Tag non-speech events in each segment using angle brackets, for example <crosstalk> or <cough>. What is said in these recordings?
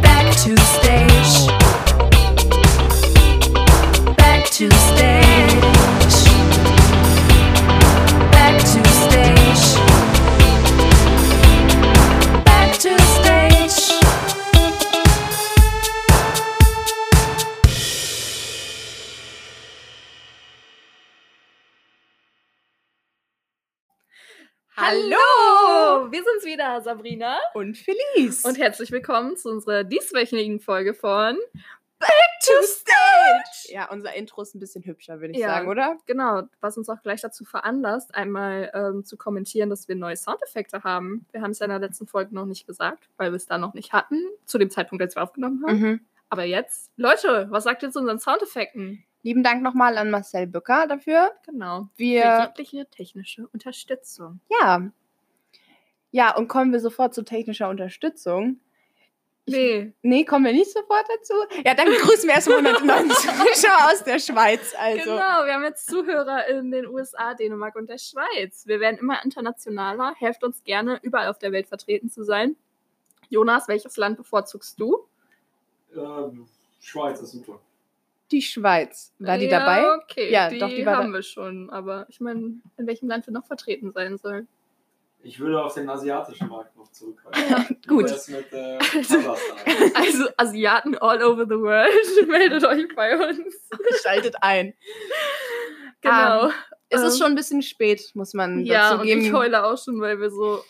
Back to Stage. Back to Stage. Back to Stage. Back to Stage. Hallo! Oh, Wir sind's wieder, Sabrina. Und Felice. Und herzlich willkommen zu unserer dieswöchigen Folge von to stage. Ja, unser Intro ist ein bisschen hübscher, würde ich Ja. sagen, oder? Genau, was uns auch gleich dazu veranlasst, einmal ähm, zu kommentieren, dass wir neue Soundeffekte haben. Wir haben es ja in der letzten Folge noch nicht gesagt, weil wir es da noch nicht hatten, zu dem Zeitpunkt, als wir aufgenommen Mhm. haben. Aber jetzt, Leute, was sagt ihr zu unseren Soundeffekten? Lieben Dank nochmal an Marcel Bücker dafür. Genau. Für Wir, jegliche technische Unterstützung. ja. Ja, und kommen wir sofort zu technischer Unterstützung. Nee, Nee, kommen wir nicht sofort dazu? Ja, dann grüßen wir erstmal <laughs> 190 Zuschauer aus der Schweiz. Also, Genau, wir haben jetzt Zuhörer in den USA, Dänemark und der Schweiz. Wir werden immer internationaler. Helft uns gerne, überall auf der Welt vertreten zu sein. Jonas, welches Land bevorzugst du? Ähm, Schweiz ist super. die Schweiz. War die ja, dabei? Okay, Ja, die, doch, die war haben wir schon. Aber ich meine, in welchem Land wir noch vertreten sein sollen. Ich würde auf den asiatischen Markt noch zurückhalten. Gut. Das mit äh, Kasachstan. Also Asiaten all over the world, <laughs> meldet euch bei uns. Schaltet ein. Genau. Es ist Ähm, schon ein bisschen spät, muss man ja, Ah, ähm, dazu und geben. ich heule auch schon, weil wir so...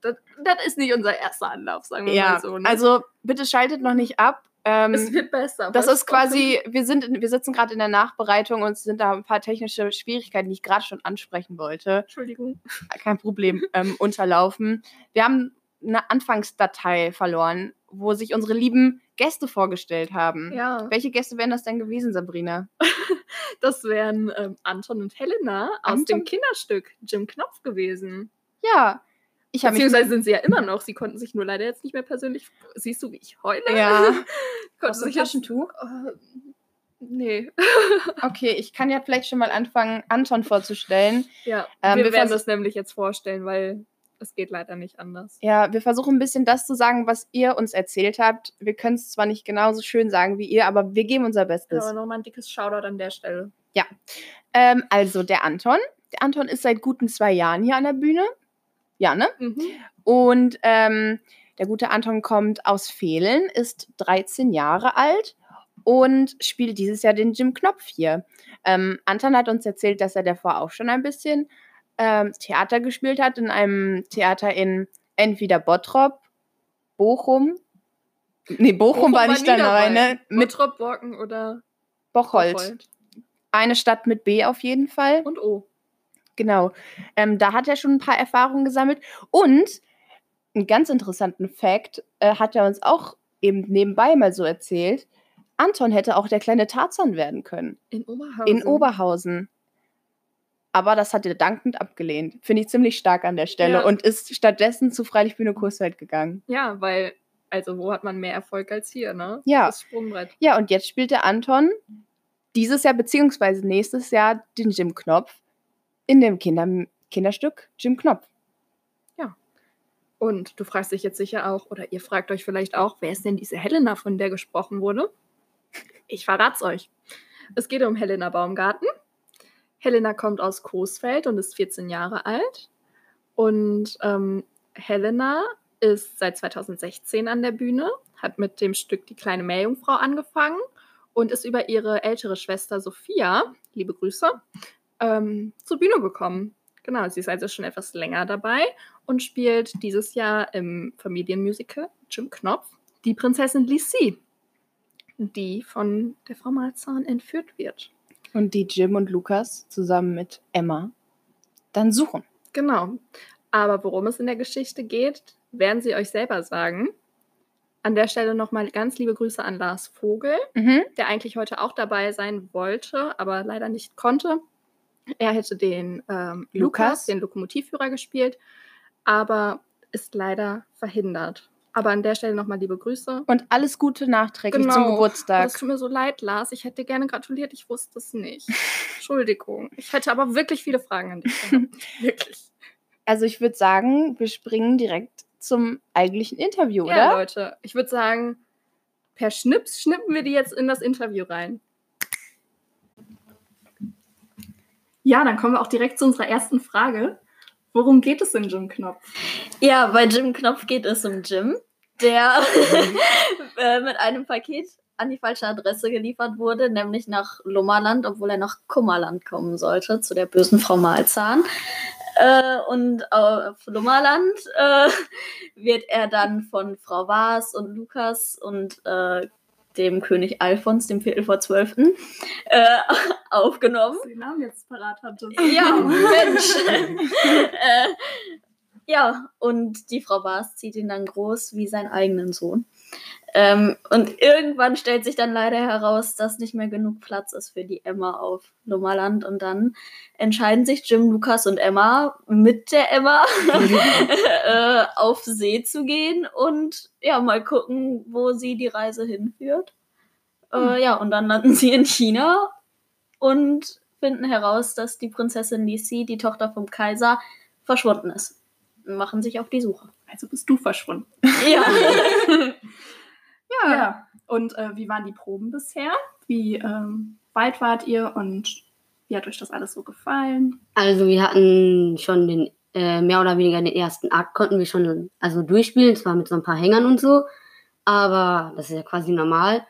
Das, das ist nicht unser erster Anlauf, sagen wir ja, mal so. ne? also bitte schaltet noch nicht ab. Ähm, es wird besser. Das ist versprochen. quasi, wir, sind in, wir sitzen gerade in der Nachbereitung und sind da ein paar technische Schwierigkeiten, die ich gerade schon ansprechen wollte. Entschuldigung. Kein Problem, <laughs> ähm, unterlaufen. Wir haben eine Anfangsdatei verloren, wo sich unsere lieben Gäste vorgestellt haben. Ja. Welche Gäste wären das denn gewesen, Sabrina? Das wären ähm, Anton und Helena aus Anton? dem Kinderstück Jim Knopf gewesen. Ja, ich habe mich. Beziehungsweise sind sie ja immer noch. Sie konnten sich nur leider jetzt nicht mehr persönlich. Siehst du, wie ich heule? <laughs> Ja, <laughs> Konnten sich jetzt, Taschentuch? Ähm, nee. <laughs> Okay, ich kann ja vielleicht schon mal anfangen, Anton vorzustellen. Ja, Ähm, wir, wir werden vers- das nämlich jetzt vorstellen, weil es geht leider nicht anders. Ja, wir versuchen ein bisschen das zu sagen, was ihr uns erzählt habt. Wir können es zwar nicht genauso schön sagen wie ihr, aber wir geben unser Bestes. Aber nochmal ein dickes Shoutout an der Stelle. Ähm, also der Anton. Der Anton ist seit guten zwei Jahren hier an der Bühne. Ja, ne? Mhm. Und ähm, der gute Anton kommt aus Fehlen, ist 13 Jahre alt und spielt dieses Jahr den Jim Knopf hier. Ähm, Anton hat uns erzählt, dass er davor auch schon ein bisschen ähm, Theater gespielt hat, in einem Theater in entweder Bottrop, Bochum. Nee, Bochum, war nicht dabei, ne? Mit Mit Trop Borken oder Bocholt. Eine Stadt mit B auf jeden Fall. Und O. Genau. Ähm, da hat er schon ein paar Erfahrungen gesammelt. Und einen ganz interessanten Fact äh, hat er uns auch eben nebenbei mal so erzählt. Anton hätte auch der kleine Tarzan werden können. In Oberhausen. In Oberhausen. Aber das hat er dankend abgelehnt. Finde ich ziemlich stark an der Stelle. Ja. Und ist stattdessen zu Freilichtbühne Kursfeld gegangen. Ja, weil, also wo hat man mehr Erfolg als hier, ne? Ja. Das Sprungbrett. Ja, und jetzt spielt der Anton dieses Jahr beziehungsweise nächstes Jahr den Jim Knopf in dem Kinder Kinderstück Jim Knopf. Und du fragst dich jetzt sicher auch, oder ihr fragt euch vielleicht auch, wer ist denn diese Helena, von der gesprochen wurde? Ich verrat's euch. Es geht um Helena Baumgarten. Helena kommt aus Coesfeld und ist 14 Jahre alt. Und ähm, Helena ist seit 2016 an der Bühne, hat mit dem Stück Die kleine Meerjungfrau angefangen und ist über ihre ältere Schwester Sophia, liebe Grüße, ähm, zur Bühne gekommen. Genau, sie ist also schon etwas länger dabei und spielt dieses Jahr im Familienmusical Jim Knopf die Prinzessin Lissy, die von der Frau Malzahn entführt wird. und die Jim und Lukas zusammen mit Emma dann suchen. Genau. Aber worum es in der Geschichte geht, werden sie euch selber sagen. An der Stelle nochmal ganz liebe Grüße an Lars Vogel, Mhm. der eigentlich heute auch dabei sein wollte, aber leider nicht konnte. Er hätte den ähm, Lukas, Lukas. den Lokomotivführer gespielt, aber ist leider verhindert. Aber an der Stelle nochmal liebe Grüße. Und alles Gute nachträglich zum Genau. Geburtstag. Es tut mir so leid, Lars. Ich hätte dir gerne gratuliert. Ich wusste es nicht. Entschuldigung. Ich hätte aber wirklich viele Fragen an dich. <laughs> gehabt. wirklich. Also ich würde sagen, wir springen direkt zum eigentlichen Interview, Ja, oder? Leute. Ich würde sagen, per Schnips schnippen wir die jetzt in das Interview rein. Ja, dann kommen wir auch direkt zu unserer ersten Frage. Worum geht es in Jim Knopf? Ja, bei Jim Knopf geht es um Jim, der <laughs> äh, mit einem Paket an die falsche Adresse geliefert wurde, nämlich nach Lummerland, obwohl er nach Kummerland kommen sollte, zu der bösen Frau Malzahn. Äh, und auf Lummerland äh, wird er dann von Frau Waas und Lukas und äh, dem König Alfons, dem Viertel vor Zwölften, äh, <laughs> aufgenommen. den Namen jetzt parat hattest. Ja, <laughs> Mensch. äh, ja, und die Frau Baas zieht ihn dann groß wie seinen eigenen Sohn. Ähm, und irgendwann stellt sich dann leider heraus, dass nicht mehr genug Platz ist für die Emma auf Lummerland. Und dann entscheiden sich Jim, Lukas und Emma mit der Emma äh, auf See zu gehen und ja, mal gucken, wo sie die Reise hinführt. Äh, ja, und dann landen sie in China und finden heraus, dass die Prinzessin Lisi, die Tochter vom Kaiser, verschwunden ist. Und machen sich auf die Suche. Also bist du verschwunden. Ja. Ja. Und äh, wie waren die Proben bisher? Wie ähm, weit wart ihr und wie hat euch das alles so gefallen? Also wir hatten schon den, äh, mehr oder weniger den ersten Akt konnten wir schon also durchspielen, zwar mit so ein paar Hängern und so, aber das ist ja quasi normal.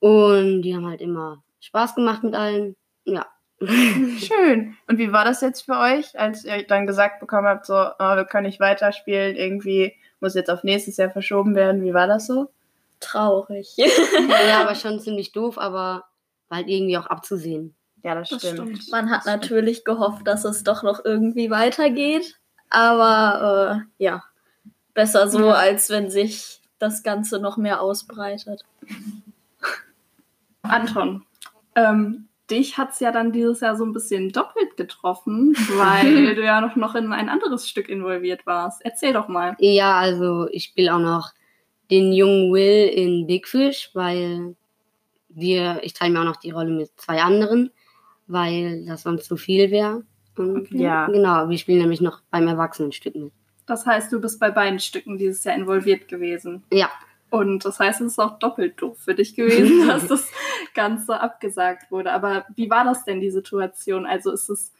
Und die haben halt immer Spaß gemacht mit allen. Ja. <laughs> Schön. Und wie war das jetzt für euch, als ihr dann gesagt bekommen habt, so, ah, wir können nicht weiterspielen, irgendwie muss jetzt auf nächstes Jahr verschoben werden? Wie war das so? Traurig. ja, aber schon ziemlich doof, aber war halt irgendwie auch abzusehen. Ja, das, stimmt. Man hat natürlich gehofft, dass es doch noch irgendwie weitergeht. Aber äh, ja, besser so, Ja. als wenn sich das Ganze noch mehr ausbreitet. Anton, ähm, dich hat es ja dann dieses Jahr so ein bisschen doppelt getroffen, weil du ja noch, noch in ein anderes Stück involviert warst. Erzähl doch mal. Ja, also ich spiele auch noch den jungen Will in Big Fish, weil wir, ich teile mir auch noch die Rolle mit zwei anderen, weil das sonst zu viel wäre. Und Okay. Ja. Genau, wir spielen nämlich noch beim Erwachsenenstück mit. Das heißt, du bist bei beiden Stücken dieses Jahr involviert gewesen. Ja. Und das heißt, es ist auch doppelt doof für dich gewesen, dass das Ganze abgesagt wurde. Aber wie war das denn, die Situation? Also ist es,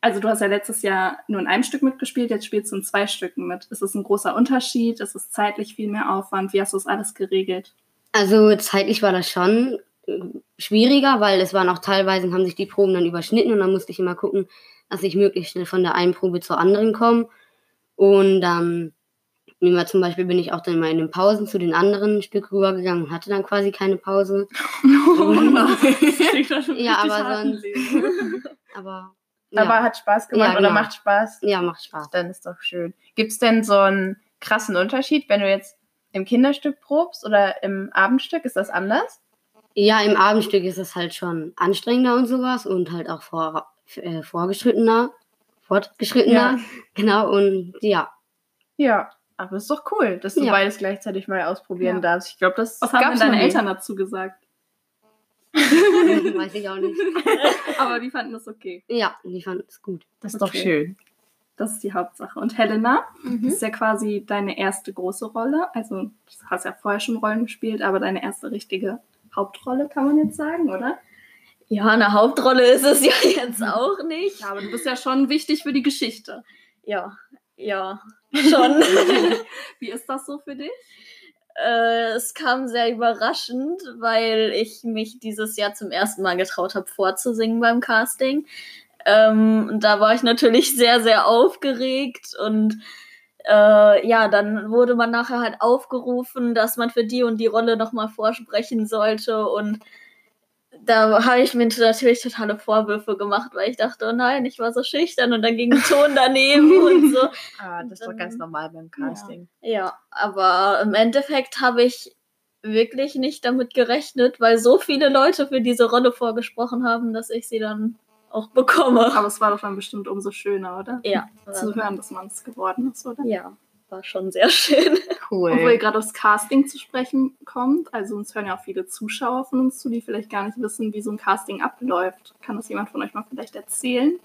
also du hast ja letztes Jahr nur in einem Stück mitgespielt, jetzt spielst du in zwei Stücken mit. Ist es ein großer Unterschied? Ist es zeitlich viel mehr Aufwand? Wie hast du das alles geregelt? Also zeitlich war das schon äh, schwieriger, weil es waren auch teilweise, haben sich die Proben dann überschnitten und dann musste ich immer gucken, dass ich möglichst schnell von der einen Probe zur anderen komme. Und dann, wie mal zum Beispiel bin ich auch dann mal in den Pausen zu den anderen ein Stück rübergegangen und hatte dann quasi keine Pause. Oh <laughs> Ja, aber sonst- <laughs> Aber ja, Aber hat Spaß gemacht Ja, oder genau. macht Spaß? ja macht Spaß. Dann ist doch schön. Gibt es denn so einen krassen Unterschied, wenn du jetzt im Kinderstück probst oder im Abendstück? Ist das anders? Ja, im Abendstück ist es halt schon anstrengender und sowas und halt auch vor, äh, vorgeschrittener, fortgeschrittener. Ja. <laughs> Genau, und ja. <laughs> Ja. Aber ist doch cool, dass du Ja. beides gleichzeitig mal ausprobieren Ja. darfst. Ich glaube, das Was haben denn gab's noch deine nie. Eltern dazu gesagt? Weiß ich auch nicht. Aber die fanden das okay. Ja, die fanden es gut. Das ist Okay. doch schön. Das ist die Hauptsache. Und Helena, das ist ja quasi deine erste große Rolle. Also, du hast ja vorher schon Rollen gespielt, aber deine erste richtige Hauptrolle, kann man jetzt sagen, oder? Ja, eine Hauptrolle ist es ja <laughs> jetzt auch nicht. Ja, aber du bist ja schon wichtig für die <laughs> Geschichte. Ja, ja, schon. Wie ist das so für dich? Äh, es kam sehr überraschend, weil ich mich dieses Jahr zum ersten Mal getraut habe, vorzusingen beim Casting. Ähm, und da war ich natürlich <laughs> sehr, sehr aufgeregt und äh, ja, dann wurde man nachher halt aufgerufen, dass man für die und die Rolle nochmal vorsprechen sollte und da habe ich mir natürlich totale Vorwürfe gemacht, weil ich dachte, oh nein, ich war so schüchtern und dann ging ein Ton daneben und so. Ah, das ist doch ganz Dann- normal beim Casting. Ja, aber im Endeffekt habe ich wirklich nicht damit gerechnet, weil so viele Leute für diese Rolle vorgesprochen haben, dass ich sie dann auch bekomme. Aber es war doch dann bestimmt umso schöner, oder? ja, Zu hören, dass man es geworden ist, oder? ja, war schon sehr <laughs> schön. Obwohl ihr Cool. gerade aufs Casting zu sprechen kommt, also uns hören ja auch viele Zuschauer von uns zu, die vielleicht gar nicht wissen, wie so ein Casting abläuft. Kann das jemand von euch mal vielleicht erzählen?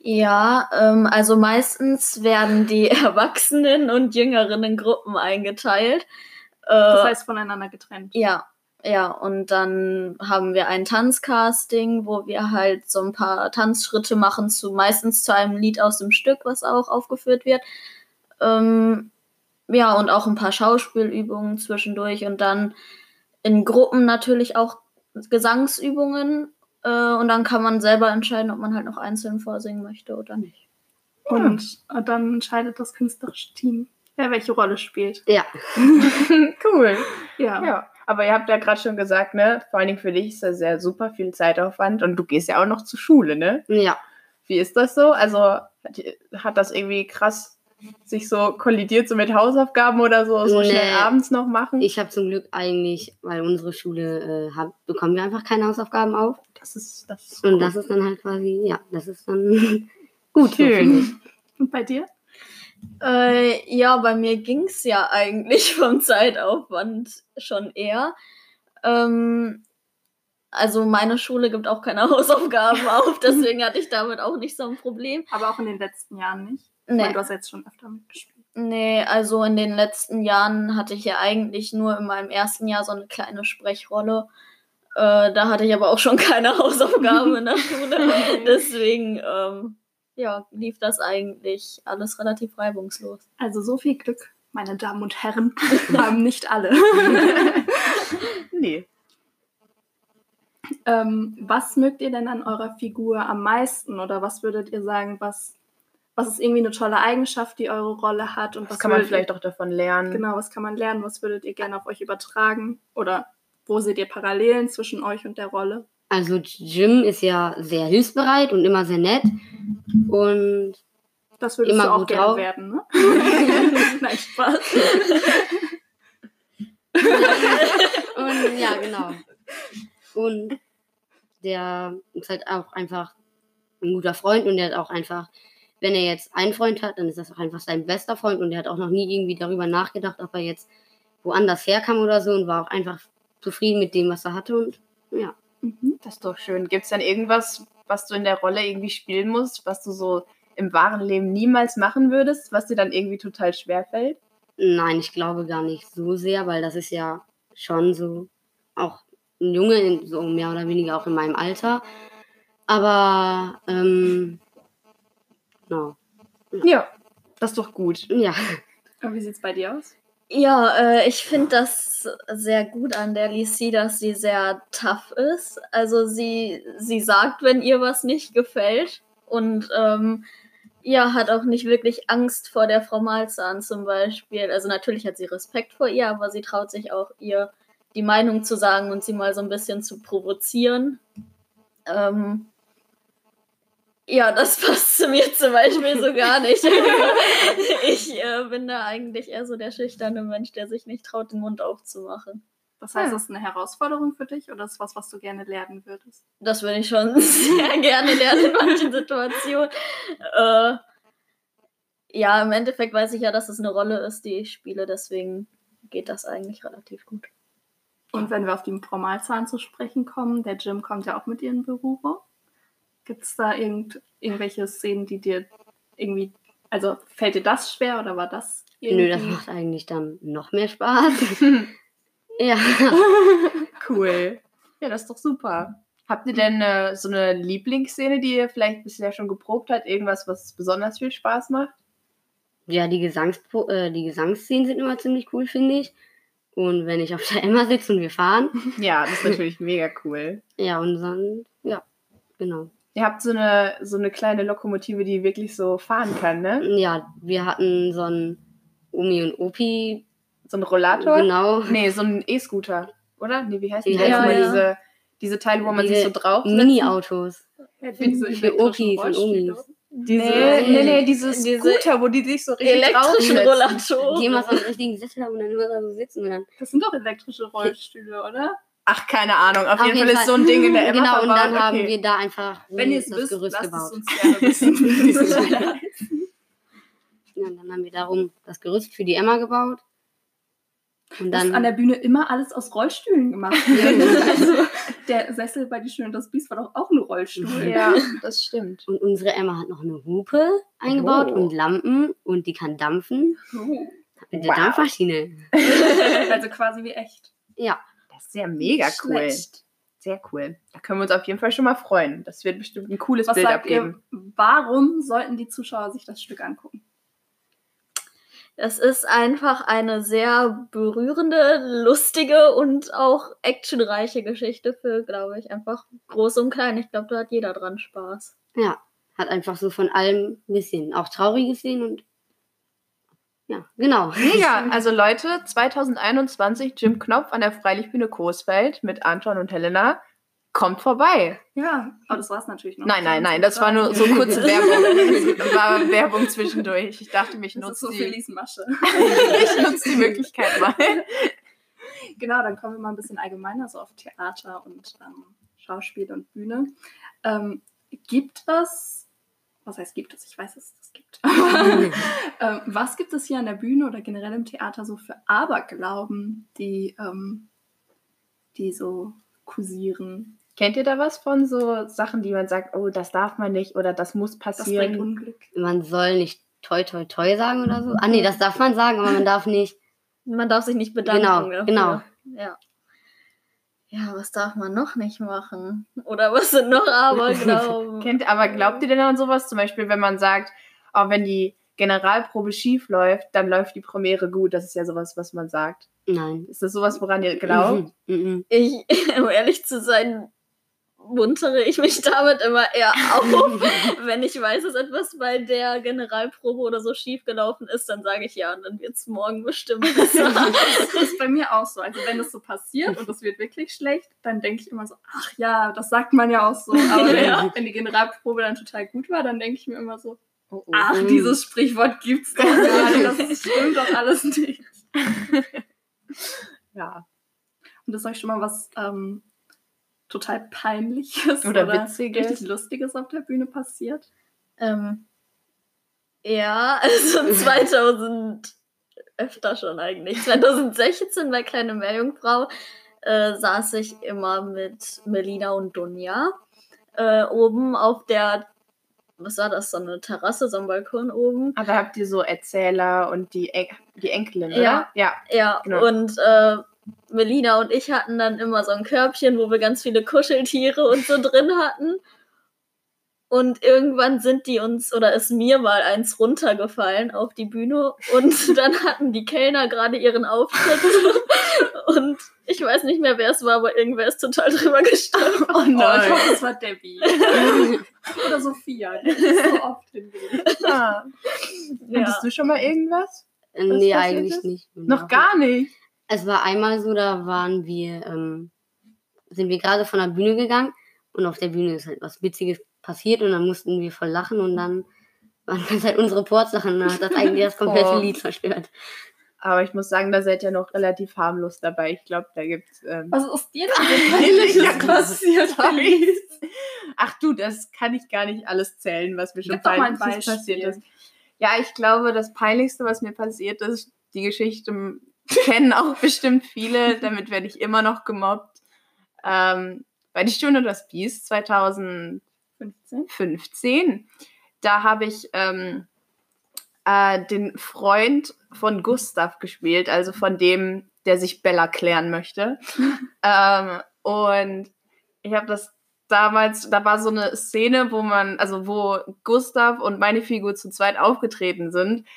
Ja, ähm, also meistens werden die <laughs> Erwachsenen und Jüngeren in Gruppen eingeteilt. Äh, Das heißt voneinander getrennt. Ja, ja, und dann haben wir ein Tanzcasting, wo wir halt so ein paar Tanzschritte machen, zu meistens zu einem Lied aus dem Stück, was auch aufgeführt wird. Ähm, ja, und auch ein paar Schauspielübungen zwischendurch und dann in Gruppen natürlich auch Gesangsübungen. Äh, und dann kann man selber entscheiden, ob man halt noch einzeln vorsingen möchte oder nicht. Und äh, dann entscheidet das künstlerische Team, wer welche Rolle spielt. Ja, cool. Ja. Ja. Aber ihr habt ja gerade schon gesagt, ne, vor allen Dingen für dich ist das ja super viel Zeitaufwand und du gehst ja auch noch zur Schule, ne? ja. Wie ist das so? Also hat, hat das irgendwie krass sich so kollidiert so mit Hausaufgaben oder so, so schnell Nee. abends noch machen? Ich habe zum Glück eigentlich, weil unsere Schule äh, hat, bekommen wir einfach keine Hausaufgaben auf. das ist das. Ist Und gut. das ist dann halt quasi, ja, das ist dann <laughs> gut. so, Schön. finde ich. Und bei dir? Äh, ja, bei mir ging's ja eigentlich <laughs> vom Zeitaufwand schon eher. Ähm, also meine Schule gibt auch keine <laughs> Hausaufgaben auf, deswegen hatte ich damit auch nicht so ein Problem. Aber auch in den letzten Jahren nicht. Ich meine, Nee, du hast jetzt schon öfter mitgespielt. nee, also in den letzten Jahren hatte ich ja eigentlich nur in meinem ersten Jahr so eine kleine Sprechrolle. Äh, da hatte ich aber auch schon <laughs> keine Hausaufgaben in <laughs> der Schule. Deswegen, ähm, ja, lief das eigentlich alles relativ reibungslos. Also so viel Glück, meine Damen und <laughs> Herren, haben nicht alle. nee. ähm, was mögt ihr denn an eurer Figur am meisten? Oder was würdet ihr sagen, was, was ist irgendwie eine tolle Eigenschaft, die eure Rolle hat? Und Was, kann man würdet ihr- vielleicht auch davon lernen? Genau, was kann man lernen? Was würdet ihr gerne auf euch übertragen? Oder wo seht ihr Parallelen zwischen euch und der Rolle? Also Jim ist ja sehr hilfsbereit und immer sehr nett. Und Das würdest Immer du auch gut gerne drauf. werden, <laughs> ne? Nein, Spaß. Und ja, genau. Und der ist halt auch einfach ein guter Freund und der hat auch einfach, wenn er jetzt einen Freund hat, dann ist das auch einfach sein bester Freund und der hat auch noch nie irgendwie darüber nachgedacht, ob er jetzt woanders herkam oder so und war auch einfach zufrieden mit dem, was er hatte und ja. Mhm. Das ist doch schön. Gibt es dann irgendwas, was du in der Rolle irgendwie spielen musst, was du so im wahren Leben niemals machen würdest, was dir dann irgendwie total schwer fällt? Nein, ich glaube gar nicht so sehr, weil das ist ja schon so auch ein Junge, in- so mehr oder weniger auch in meinem Alter. Aber ähm, no. Ja, das ist doch gut. ja. Und wie sieht's bei dir aus? Ja, äh, ich finde das sehr gut an der Lisi, dass sie sehr tough ist. Also sie, sie sagt, wenn ihr was nicht gefällt und ähm, ja, hat auch nicht wirklich Angst vor der Frau Malzahn zum Beispiel. Also natürlich hat sie Respekt vor ihr, aber sie traut sich auch ihr die Meinung zu sagen und sie mal so ein bisschen zu provozieren. Ähm, ja, das <laughs> passt zu mir zum Beispiel so gar nicht. ich äh, bin da eigentlich eher so der schüchterne Mensch, der sich nicht traut, den Mund aufzumachen. Das heißt, Ja. Hm. das ist eine Herausforderung für dich oder ist was, was du gerne lernen würdest? Das würde ich schon <laughs> sehr gerne lernen in manchen Situationen. Äh, ja, im Endeffekt weiß ich ja, dass es eine Rolle ist, die ich spiele, deswegen geht das eigentlich relativ gut. Und wenn wir auf die Formalzahlen zu sprechen kommen, der Jim kommt ja auch mit ihren Berufen. Gibt es da irgend, irgendwelche Szenen, die dir irgendwie, also fällt dir das schwer oder war das irgendwie? Nö, das macht eigentlich dann noch mehr Spaß. ja. cool. Ja, das ist doch super. Habt ihr denn äh, so eine Lieblingsszene, die ihr vielleicht bisher schon geprobt habt? Irgendwas, was besonders viel Spaß macht? Ja, die, Gesangspro äh, die Gesangsszenen sind immer ziemlich cool, finde ich. Und wenn ich auf der Emma sitze und wir fahren. Ja, das ist natürlich mega cool. Ja, und dann, ja, genau. Ihr habt so eine, so eine kleine Lokomotive, die wirklich so fahren kann, ne? Ja, wir hatten so ein Omi und Opi. So ein Rollator? Genau. Nee, so ein E-Scooter, oder? Nee, wie heißt Wie die? Ja, heißen ja. die? Diese, diese Teile, wo man sich so Diese drauf Mini-Autos. Ja, diese Für elektrischen Opis und Rollstühle. Omis. Diese, nee, nee, nee, diese Scooter, wo die sich so richtig Elektrischen draufsetzen. Rollator. Die immer so einen richtigen Sessel haben und dann immer da so sitzen. Und dann, Das sind doch elektrische Rollstühle, oder? Ach, keine Ahnung. Auf, jeden Fall ist so ein Ding in der Emma Genau, und dann verbaut. haben okay. wir da einfach Wenn so ihr es das wisst, Gerüst lasst <laughs> gebaut. es uns gerne wissen. Ja, und dann haben wir darum das Gerüst für die Emma gebaut. Und Dass an dann, der Bühne immer alles aus Rollstühlen gemacht wird. also, <laughs> der Sessel bei Die Schöne und das Biest war doch auch ein Rollstuhl. Ja, das stimmt. und unsere Emma hat noch eine Hupe eingebaut Oh. und Lampen und die kann dampfen Oh. mit der Wow. Dampfmaschine. <laughs> Also quasi wie echt. Ja, Das ist ja mega cool. Schlecht. Sehr cool. Da können wir uns auf jeden Fall schon mal freuen. Das wird bestimmt ein cooles Was Bild sagt abgeben. ihr, warum sollten die Zuschauer sich das Stück angucken? Es ist einfach eine sehr berührende, lustige und auch actionreiche Geschichte für, glaube ich, einfach groß und klein. Ich glaube, da hat jeder dran Spaß. ja. Hat einfach so von allem ein bisschen auch trauriges sehen und ja, genau. Mega. Also Leute, 2021 Jim Knopf an der Freilichtbühne Coesfeld mit Anton und Helena. Kommt vorbei. Ja, aber das war es natürlich noch. Nein, nein, nein, das war nur so <laughs> kurze Werbung. War Werbung zwischendurch. Ich dachte, mich Das ist nutzt so die, Felice Masche. <laughs> ich nutze die Möglichkeit mal. Genau, dann kommen wir mal ein bisschen allgemeiner so auf Theater und ähm, Schauspiel und Bühne. Ähm, gibt es, was heißt gibt es? Ich weiß, dass es das gibt. ähm, was gibt es hier an der Bühne oder generell im Theater so für Aberglauben, die, ähm, die so kursieren? Kennt ihr da was von so Sachen, die man sagt, oh, das darf man nicht oder das muss Das bringt passieren? Unglück. <laughs> Man soll nicht toi toi toi sagen oder so. Ah nee, das darf man sagen, aber man darf nicht. Man darf sich nicht bedanken. Genau, dafür. genau. Ja. ja, was darf man noch nicht machen? Oder was sind <laughs> noch Aberglauben? Kennt, aber glaubt ihr denn an sowas? Zum Beispiel, wenn man sagt, oh, wenn die Generalprobe schief läuft, dann läuft die Premiere gut. Das ist ja sowas, was man sagt. Nein. Ist das sowas, woran ihr glaubt? Mhm, mhm. ich, <laughs> um ehrlich zu sein, muntere ich mich damit immer eher auf. Wenn ich weiß, dass etwas bei der Generalprobe oder so schief gelaufen ist, dann sage ich ja, und dann wird es morgen bestimmt besser. das ist bei mir auch so. Also wenn das so passiert und das wird wirklich schlecht, dann denke ich immer so, ach ja, das sagt man ja auch so. Aber wenn, Ja. wenn die Generalprobe dann total gut war, dann denke ich mir immer so, Oh, oh. ach, Mhm. dieses Sprichwort gibt's doch gar nicht. <laughs> Das stimmt doch alles nicht. Ja. Und ist euch schon mal was ähm, total Peinliches Oder oder, Witziges? richtig Lustiges auf der Bühne passiert? ähm, ja, also 2000 öfter schon eigentlich. 2016 bei Kleine Meerjungfrau äh, saß ich immer mit Melina und Dunja äh, oben auf der, was war das, so eine Terrasse, so ein Balkon oben. Aber habt ihr so Erzähler und die, en die Enkelin, Ja. oder? Ja. Ja, Genau. und äh, Melina und ich hatten dann immer so ein Körbchen, wo wir ganz viele Kuscheltiere und so drin hatten. Und irgendwann sind die uns, oder ist mir mal eins runtergefallen auf die Bühne. Und <laughs> dann hatten die Kellner gerade ihren Auftritt. <laughs> und ich weiß nicht mehr, wer es war, aber irgendwer ist total drüber gestorben. Oh nein. ich nein. hoffe, es war Debbie. <laughs> oder Sophia. Die ist so oft hingelegt. Ah. Ja. Hattest du schon mal irgendwas? Äh, Was nee, passiert eigentlich ist? nicht. Wir Noch waren- gar nicht. Es war einmal so, da waren wir, ähm, sind wir gerade von der Bühne gegangen und auf der Bühne ist halt was Witziges passiert und dann mussten wir voll lachen und dann waren das halt unsere Portsachen und dann hat das eigentlich das komplette Oh. Lied zerstört. Aber ich muss sagen, da seid ihr noch relativ harmlos dabei. Ich glaube, da gibt's. Ähm, <laughs> Was ist dir Peinliches denn passiert? Ach du, das kann ich gar nicht alles zählen, was mir schon Gib doch mal ein Peinliches Beispiel. passiert ist. Ja, ich glaube, das Peinlichste, was mir passiert ist, die Geschichte kennen auch bestimmt viele, damit werde ich immer noch gemobbt. Ähm, bei Die Stunde das Biest 2000, 15? 15. Da habe ich ähm, äh, den Freund von Gustav gespielt, also von dem, der sich Bella klären möchte. ähm, und ich habe das damals, da war so eine Szene, wo man, also wo Gustav und meine Figur zu zweit aufgetreten sind.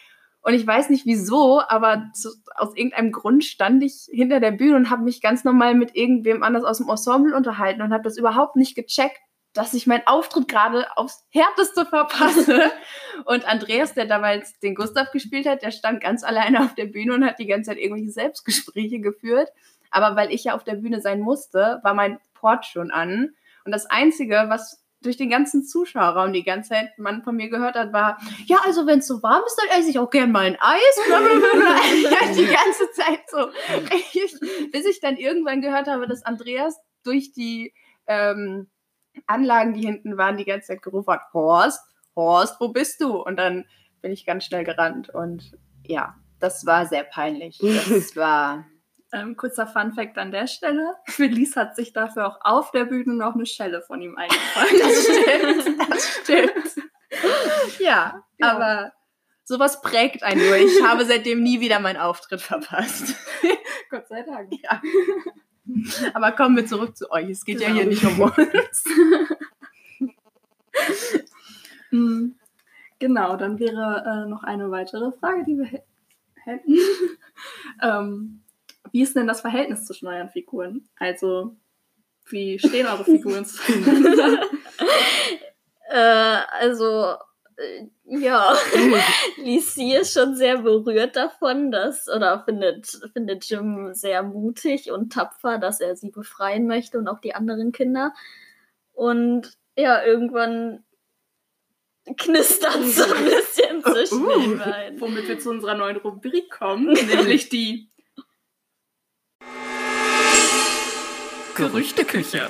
Und ich weiß nicht wieso, aber zu, aus irgendeinem Grund stand ich hinter der Bühne und habe mich ganz normal mit irgendwem anders aus dem Ensemble unterhalten und habe das überhaupt nicht gecheckt, dass ich meinen Auftritt gerade aufs Härteste verpasse. Und Andreas, der damals den Gustav gespielt hat, der stand ganz alleine auf der Bühne und hat die ganze Zeit irgendwelche Selbstgespräche geführt. Aber weil ich ja auf der Bühne sein musste, war mein Port schon an. Und das Einzige, was durch den ganzen Zuschauerraum die ganze Zeit man von mir gehört hat, war, ja, also wenn es so warm ist, dann esse ich auch gern mal ein Eis. <laughs> Blablabla. die ganze Zeit so. Ich, bis ich dann irgendwann gehört habe, dass Andreas durch die ähm, Anlagen, die hinten waren, die ganze Zeit gerufen hat, Horst, Horst, wo bist du? Und dann bin ich ganz schnell gerannt und ja, das war sehr peinlich. <laughs> Das war Ähm, kurzer Funfact an der Stelle. Felice hat sich dafür auch auf der Bühne noch eine Schelle von ihm eingefangen. Das stimmt, das stimmt. Ja, Ja. aber sowas prägt einen nur. Ich habe seitdem nie wieder meinen Auftritt verpasst. Gott sei Dank. Ja. Aber kommen wir zurück zu euch. Es geht ja hier nicht um uns. Mm, Genau, dann wäre äh, noch eine weitere Frage, die wir hä- hätten. <laughs> ähm, wie ist denn das Verhältnis zwischen euren Figuren? Also, wie stehen eure Figuren zueinander? <laughs> Äh, also, äh, ja, Lisi ist schon sehr berührt davon, dass, oder findet, findet Jim sehr mutig und tapfer, dass er sie befreien möchte und auch die anderen Kinder. Und ja, irgendwann knistert so ein bisschen zwischen den beiden. Womit wir zu unserer neuen Rubrik kommen, nämlich die Gerüchteküche.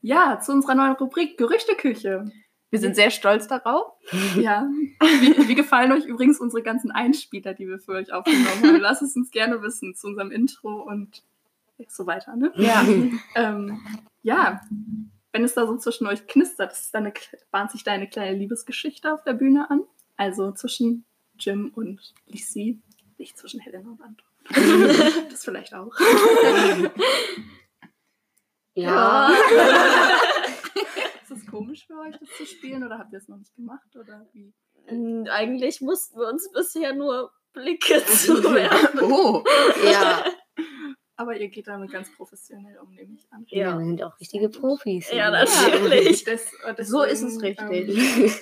Ja, zu unserer neuen Rubrik Gerüchteküche. Wir sind sehr stolz darauf. <laughs> Ja. Wie, wie gefallen euch übrigens unsere ganzen Einspieler, die wir für euch aufgenommen haben? Lasst es uns gerne wissen zu unserem Intro und so weiter. Ne? Ja. Ähm, ja, wenn es da so zwischen euch knistert, das ist dann eine, kle- bahnt sich da eine kleine Liebesgeschichte auf der Bühne an. Also zwischen Jim und Lisi, nicht zwischen Helena und Anton. das vielleicht auch. Ja. Ist das komisch für euch, das zu spielen oder habt ihr es noch nicht gemacht? Oder wie? Mm, Eigentlich mussten wir uns bisher nur Blicke zuwerfen. Oh. Ja. ja. Aber ihr geht damit ganz professionell um, nehme ich an. wir sind auch richtige Profis. Ja, natürlich. Das, äh, deswegen, So ist es richtig.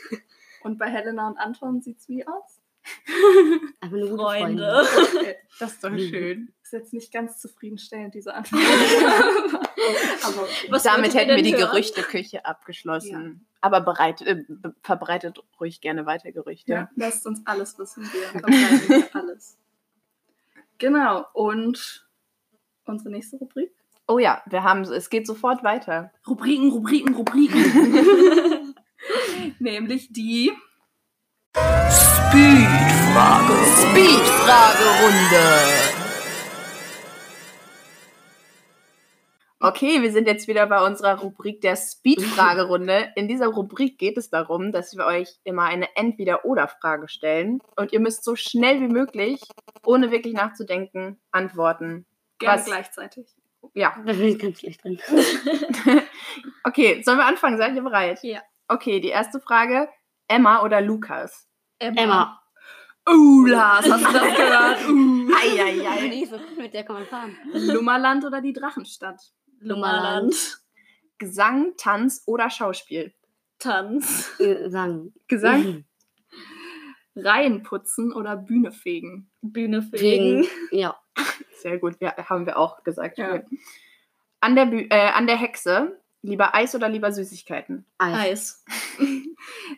Ähm, <laughs> und bei Helena und Anton sieht es wie aus? Einfach eine gute Freunde. Freunde. Okay. Das ist doch schön. Ist jetzt nicht ganz zufriedenstellend, diese Antwort. <laughs> Aber okay. Was Damit wolltet ihr hätten wir denn die hören? Gerüchteküche abgeschlossen. Aber bereit, äh, be- verbreitet ruhig gerne weiter Gerüchte. Ja, lasst uns alles wissen, wir verbreiten alles. Genau, und unsere nächste Rubrik? Oh ja, wir haben es geht sofort weiter. Rubriken, Rubriken, Rubriken. Nämlich die Speedfrage. Speed-Fragerunde. Okay, wir sind jetzt wieder bei unserer Rubrik <laughs> der Speed-Fragerunde. In dieser Rubrik geht es darum, dass wir euch immer eine Entweder-Oder-Frage stellen und ihr müsst so schnell wie möglich, ohne wirklich nachzudenken, antworten. gerne Was? gleichzeitig. Ja, Da bin ich ganz schlecht drin. okay, sollen wir anfangen? Seid ihr bereit? Ja. Okay, die erste Frage: Emma oder Lukas? Emma. Uh, Lars, hast du das gehört? <laughs> Uh. Ja, Eieiei. die ist so gut, mit der kann man fahren. Lummerland oder die Drachenstadt? Lummerland. Gesang, Tanz oder Schauspiel? Tanz. Äh, Sagen. Gesang? Reihen putzen oder Bühne fegen? Bühne Wegen. fegen. Ja. Sehr gut, wir, haben wir auch gesagt. Ja. An, der Bü äh, an der Hexe, lieber Eis oder lieber Süßigkeiten? Eis. Eis.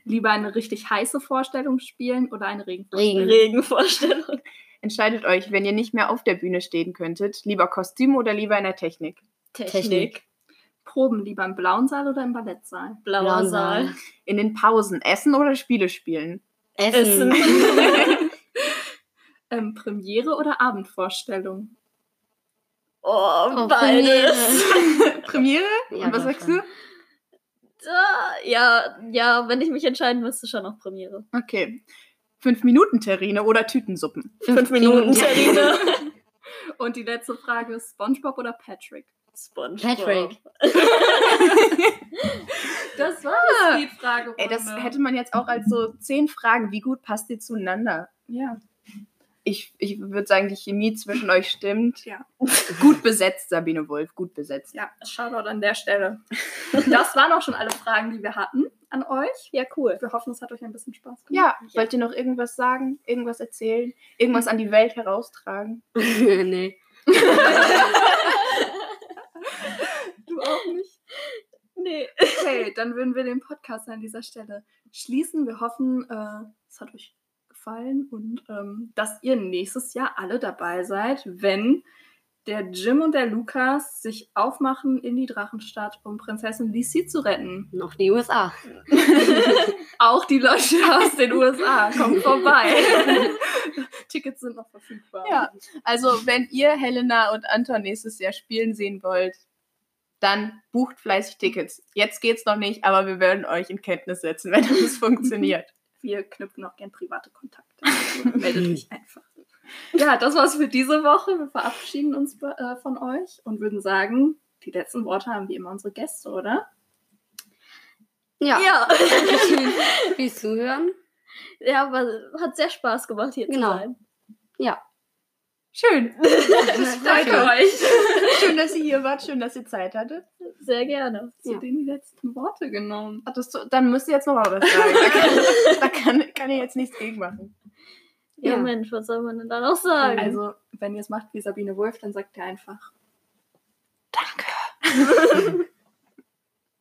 Lieber eine richtig heiße Vorstellung spielen oder eine Regenvorstellung? Regen. Regenvorstellung. Entscheidet euch, wenn ihr nicht mehr auf der Bühne stehen könntet, lieber Kostüm oder lieber in der Technik? Technik. Proben lieber im blauen Saal oder im Ballettsaal? Blauer Blauen Saal. Saal. In den Pausen essen oder Spiele spielen? Essen. Essen. Ähm, Premiere oder Abendvorstellung? <laughs> oh, <laughs> Oh, beides. Premiere. Premiere? Ja, Und was doch sagst schon. du? Da, ja, ja, wenn ich mich entscheiden müsste, schon noch Premiere. Okay. Fünf Minuten Terrine oder Tütensuppen? Fünf Minuten Terrine. <laughs> Und die letzte Frage ist SpongeBob oder Patrick? SpongeBob. Patrick. Das war die Oh Frage. Ey, das hätte man jetzt auch als so zehn Fragen. Wie gut passt ihr zueinander? ja. Ich, ich würde sagen, die Chemie zwischen euch stimmt. Ja. Gut besetzt, Sabine Wolf, gut besetzt. ja, Shoutout an der Stelle. Das waren auch schon alle Fragen, die wir hatten an euch. Ja, cool. Wir hoffen, es hat euch ein bisschen Spaß gemacht. Ja, wollt ihr noch irgendwas sagen, irgendwas erzählen, irgendwas an die Welt heraustragen? <laughs> nee. du auch nicht. Nee. Okay, dann würden wir den Podcast an dieser Stelle schließen. Wir hoffen, äh, es hat euch gefallen und ähm, dass ihr nächstes Jahr alle dabei seid, wenn der Jim und der Lukas sich aufmachen in die Drachenstadt, um Prinzessin Lizzie zu retten. Noch die USA. Auch die Leute <laughs> aus den USA, kommt vorbei. <laughs> Tickets sind noch verfügbar. Ja, also wenn ihr Helena und Anton nächstes Jahr spielen sehen wollt, dann bucht fleißig Tickets. Jetzt geht's noch nicht, aber wir werden euch in Kenntnis setzen, <laughs> wenn das funktioniert. Wir knüpfen auch gern private Kontakte. Also Meldet euch einfach. Ja, das war's für diese Woche. Wir verabschieden uns be- äh, von euch und würden sagen, die letzten Worte haben wie immer unsere Gäste, oder? Ja. <laughs> <laughs> Ja. Dankeschön Fürs Zuhören. ja, aber hat sehr Spaß gemacht hier Genau. zu sein. Schön. Das freut euch. Schön, dass ihr hier wart. Schön, dass ihr Zeit hattet. Sehr gerne. Zu den letzten Worte genommen. Hattest du, dann müsst ihr jetzt nochmal was <laughs> sagen. Da kann, da kann, kann ich jetzt nichts gegen machen. Ja, Ja. Mensch, was soll man denn da noch sagen? Also, wenn ihr es macht wie Sabine Wolf, dann sagt ihr einfach. Danke.